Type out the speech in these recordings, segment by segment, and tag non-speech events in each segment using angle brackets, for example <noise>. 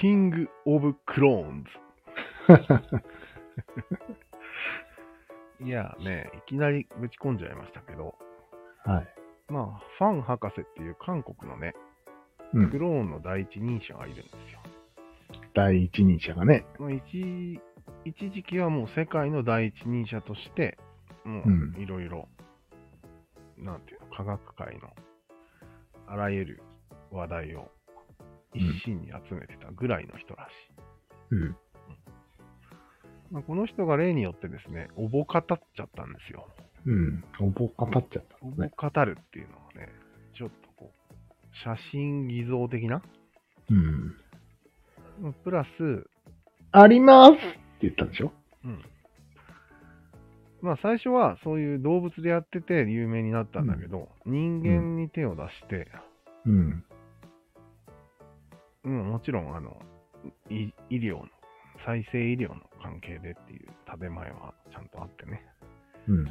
キング・オブ・クローンズ。いやね、いきなりぶち込んじゃいましたけど、はい。まあ、ファン博士っていう韓国のね、うんクローンの第一人者がいるんですよ。第一人者がね。まあ、一一時期はもう世界の第一人者として、もうんういろいろ、なんていうの、科学界のあらゆる話題を一心に集めてたぐらいの人らしい。うん。まあ、この人が例によってですね、おぼ語っちゃったんですよ。うん。おぼかたっちゃったおんぼですね。語るっていうのはね、ちょっとこう、写真偽造的な、うん。うんプラス、ありますって言ったんでしょまあ最初はそういう動物でやってて有名になったんだけど、人間に手を出して、うん。うん、もちろんあの、い医療の、再生医療の関係でっていう建前はちゃんとあってね。うん。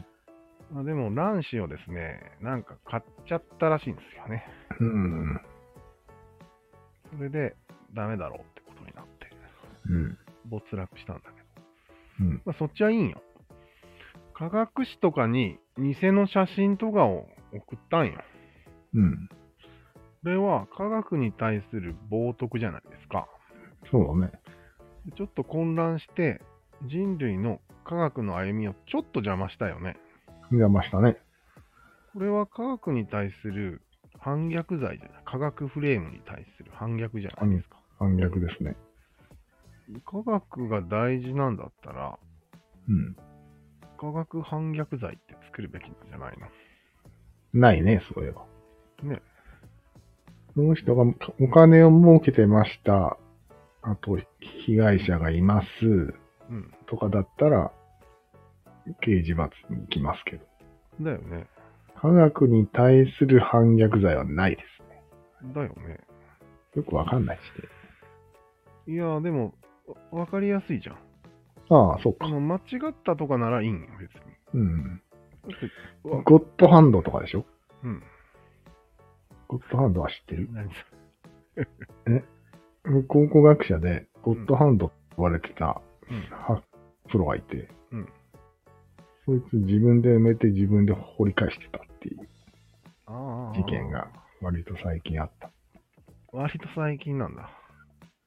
まあ、でも卵子をですね、なんか買っちゃったらしいんですよね。うん。それでダメだろうってことになって、うん。没落したんだけど。うん。まあ、そっちはいいんよ。科学誌とかに偽の写真とかを送ったんよ。うん。これは科学に対する冒涜じゃないですか。そうだね。でちょっと混乱して、人類の科学の歩みをちょっと邪魔したよね。邪魔したね。これは科学に対する反逆罪じゃない。科学フレームに対する反逆じゃないですか。反逆ですね。科学が大事なんだったら、うん。科学反逆罪って作るべきなんじゃないのないね、そういえば。ね。その人がお金を儲けてました。あと、被害者がいます。うん。とかだったら、刑事罰に行きますけど。だよね。科学に対する反逆罪はないですね。だよね。よくわかんないしね。いやーでも、わわかりやすいじゃん。ああ、そっあか。の、間違ったとかならいいんよ、別に。うん。だって、うわゴッドハンドとかでしょうん。ゴッドハンドは知ってる何そ考古学者でゴッドハンドって言われてたれ。うん。はプロがいて、うんそいつ自分で埋めて自分で掘り返してたっていうああ。事件が割と最近あった。割と最近なんだ。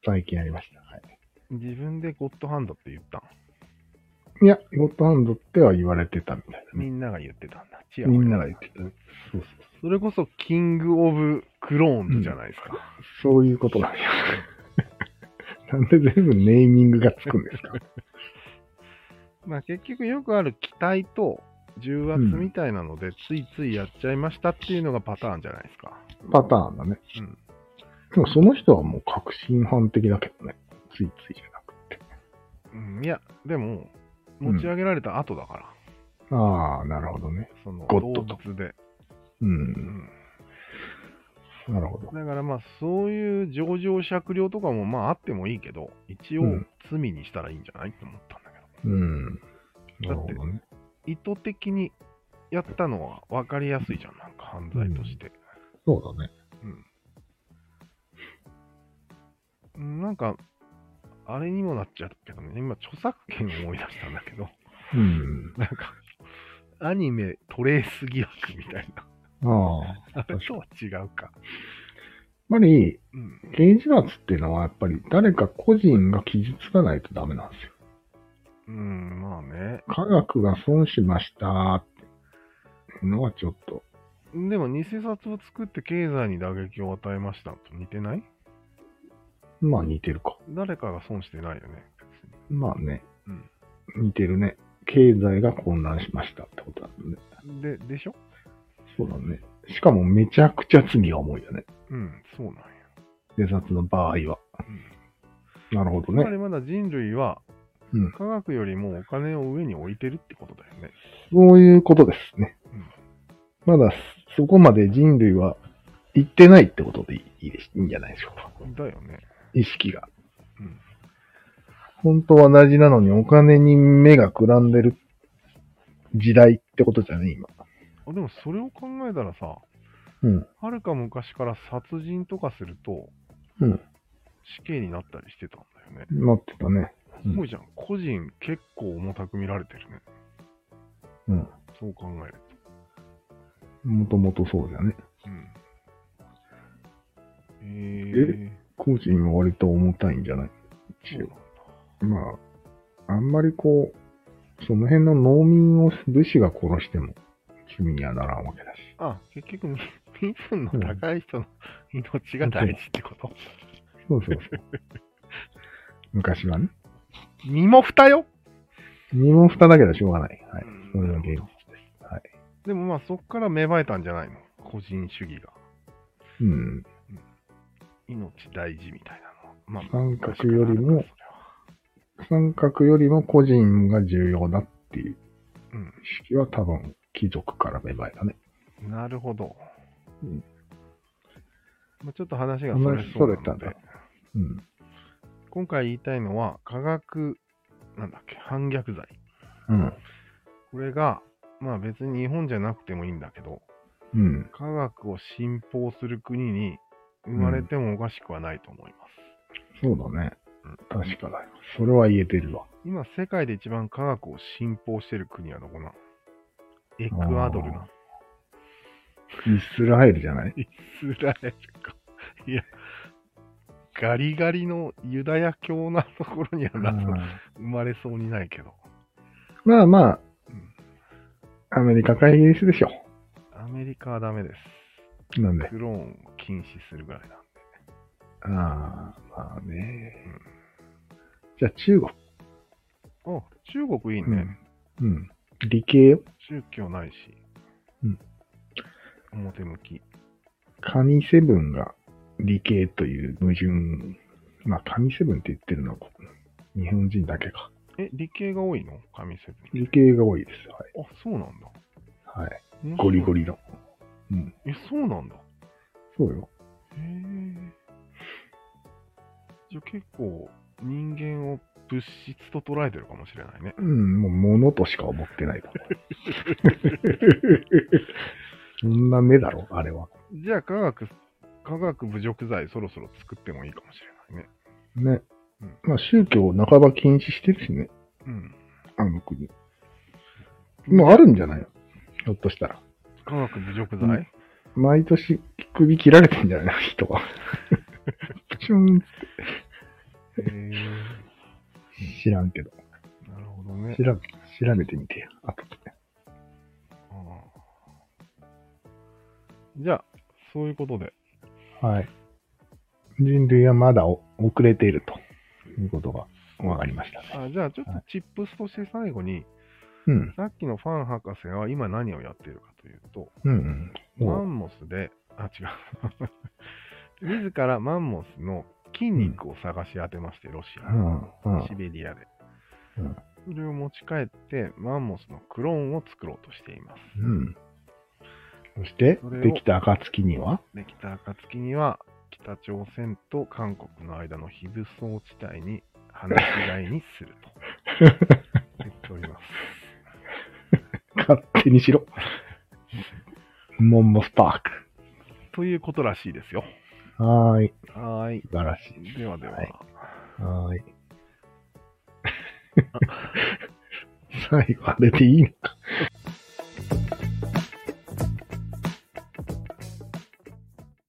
最近ありました。はい、自分でゴッドハンドって言ったの。いや、ゴッドハンドっては言われてたみたいだみね。んなが言ってたんだ。チアホイみんなが言ってた。そうそう。それこそキング・オブ・クローンズじゃないですか。そういうことなんです <laughs> なんで全部ネーミングがつくんですかまあ結局よくある期待と重圧みたいなので、ついついやっちゃいましたっていうのがパターンじゃないですか。パターンだね。うん。でもその人はもう革新犯的だけどね。ついついじゃなくて。うん、いや、でも、持ち上げられた後だから、ああ、なるほどね。そのゴ動ッドと物で。う。うんん、なるほど。だからまあそういう情状酌量とかもまああってもいいけど、一応うん罪にしたらいいんじゃないと思ったんだけど。うん。なるほどね。意図的にやったのは分かりやすいじゃん、なんか犯罪として。そうだね。うんなんか、あれにもなっちゃうけどね、今、著作権を思い出したんだけど、 <laughs> うん。なんか、アニメトレース疑惑みたいな、ああ。あれ <laughs> とは違うか。やっぱり、うん、刑事罰っていうのは、やっぱり誰か個人が傷つかないとダメなんですよ。うん、まあね。科学が損しましたっていうのはちょっと、でも、偽札を作って経済に打撃を与えましたと似てないまあ似てるか。誰かが損してないよね。まあね、うん似てるね。経済が混乱しましたってことだもんね。で、でしょそうだね。しかもめちゃくちゃ罪が重いよね。うん、そうなんや。警察の場合は。なるほどつまね。りまだ人類はうん、科学よりもお金を上に置いてるってことだよね。そういうことですね。まだそこまで人類は行ってないってことでいいでしいいんじゃないでしょうか。だよね。意識が。うん本当は同じなのにお金に目がくらんでる時代ってことじゃね、今。あでもそれを考えたらさ、うん。はるか昔から殺人とかすると、うん死刑になったりしてたんだよね。なってたね。うんすごいじゃん。個人結構重たく見られてるね。うん。そう考えると。もともとそうだよね。うん。え個人は割と重たいんじゃないー、そうなんだ。まあ、あんまりこう、その辺の農民を武士が殺しても、君にはならんわけだし。あ、結局み、身分の高い人の命が大事ってこと。そうそうそう。昔はね。身も蓋よ、身も蓋だけではしょうがない。はい。それが現実です。はい。でもまあそこから芽生えたんじゃないの個人主義が。うん。命大事みたいなの。まあ、三角よりも昔からあ三角よりも個人が重要だっているうなそれは意識は多分貴族から芽生えたね。うん。なるほど。うんまあ、ちょっと話がそれそうな話それたのんでだ、うん。今回言いたいのは、科学、なんだっけ、反逆罪。うん。これが、まあ別に日本じゃなくてもいいんだけど、うん。科学を信奉する国に生まれてもおかしくはないと思います。そうだね。うん確かだよ。それは言えてるわ。今、世界で一番科学を信奉してる国はどこなのエクアドルな。イスラエルじゃないイスラエルか。いや、ガリガリのユダヤ教なところにはな生まれそうにないけど。まあまうんあ、アメリカかイギリスでしょ。アメリカはダメです。なんで。クローンを禁止するぐらいなんで。ああ、まあね。じゃあ中国。お、中国いいね。うん。うん。理系よ。宗教ないし。うん表向き。神セブンが理系という矛盾。まあ、神セブンって言ってるのは日本人だけか。え、理系が多いの神セブン。理系が多いです。はあ、そうなんだ。い。はい。ゴリゴリ。リの。え、そうなんだ。そうよ。へえ。じゃあ結構人間を物質と捉えてるかもしれないね。うん、もう物としか思ってないと思う。そんな目だろ、あれは。じゃあ科学、科学侮辱罪そろそろ作ってもいいかもしれないね。ねうん。まあ、宗教を半ば禁止してるしね、うん。あの国。もうあるんじゃないひょっとしたら。科学侮辱う罪ん毎年首切られてんじゃないの人は。 <laughs> プチューンへえ。知らんけど。なるほどね <laughs> 調。べ、調べてみてよ。あとで。ああじゃあ、そういうことで。はい。人類はまだお遅れているということが分かりましたね。あじゃあ、ちょっとチップスとして最後に、うん。さっきのファン博士は今何をやっているかというと、うんうん。マもンモスで、あ、違う。自 <laughs> らマンモスの筋肉を探し当てまして、ロシう、うアの、ん、うんシ。ベリアで。うんそれを持ち帰って、マンモスのクローンを作ろうとしています。うん。そしてそれ、をできた暁にはできた暁には、北朝鮮と韓国の間の非武装地帯に放し飼いにすると <laughs> 言っております。勝手にしろ。モンモスパーということらしいですよ。ク。はーい。はーい。素晴らしい。ではでは。はいは <laughs> ーい。最後あれでいいのか。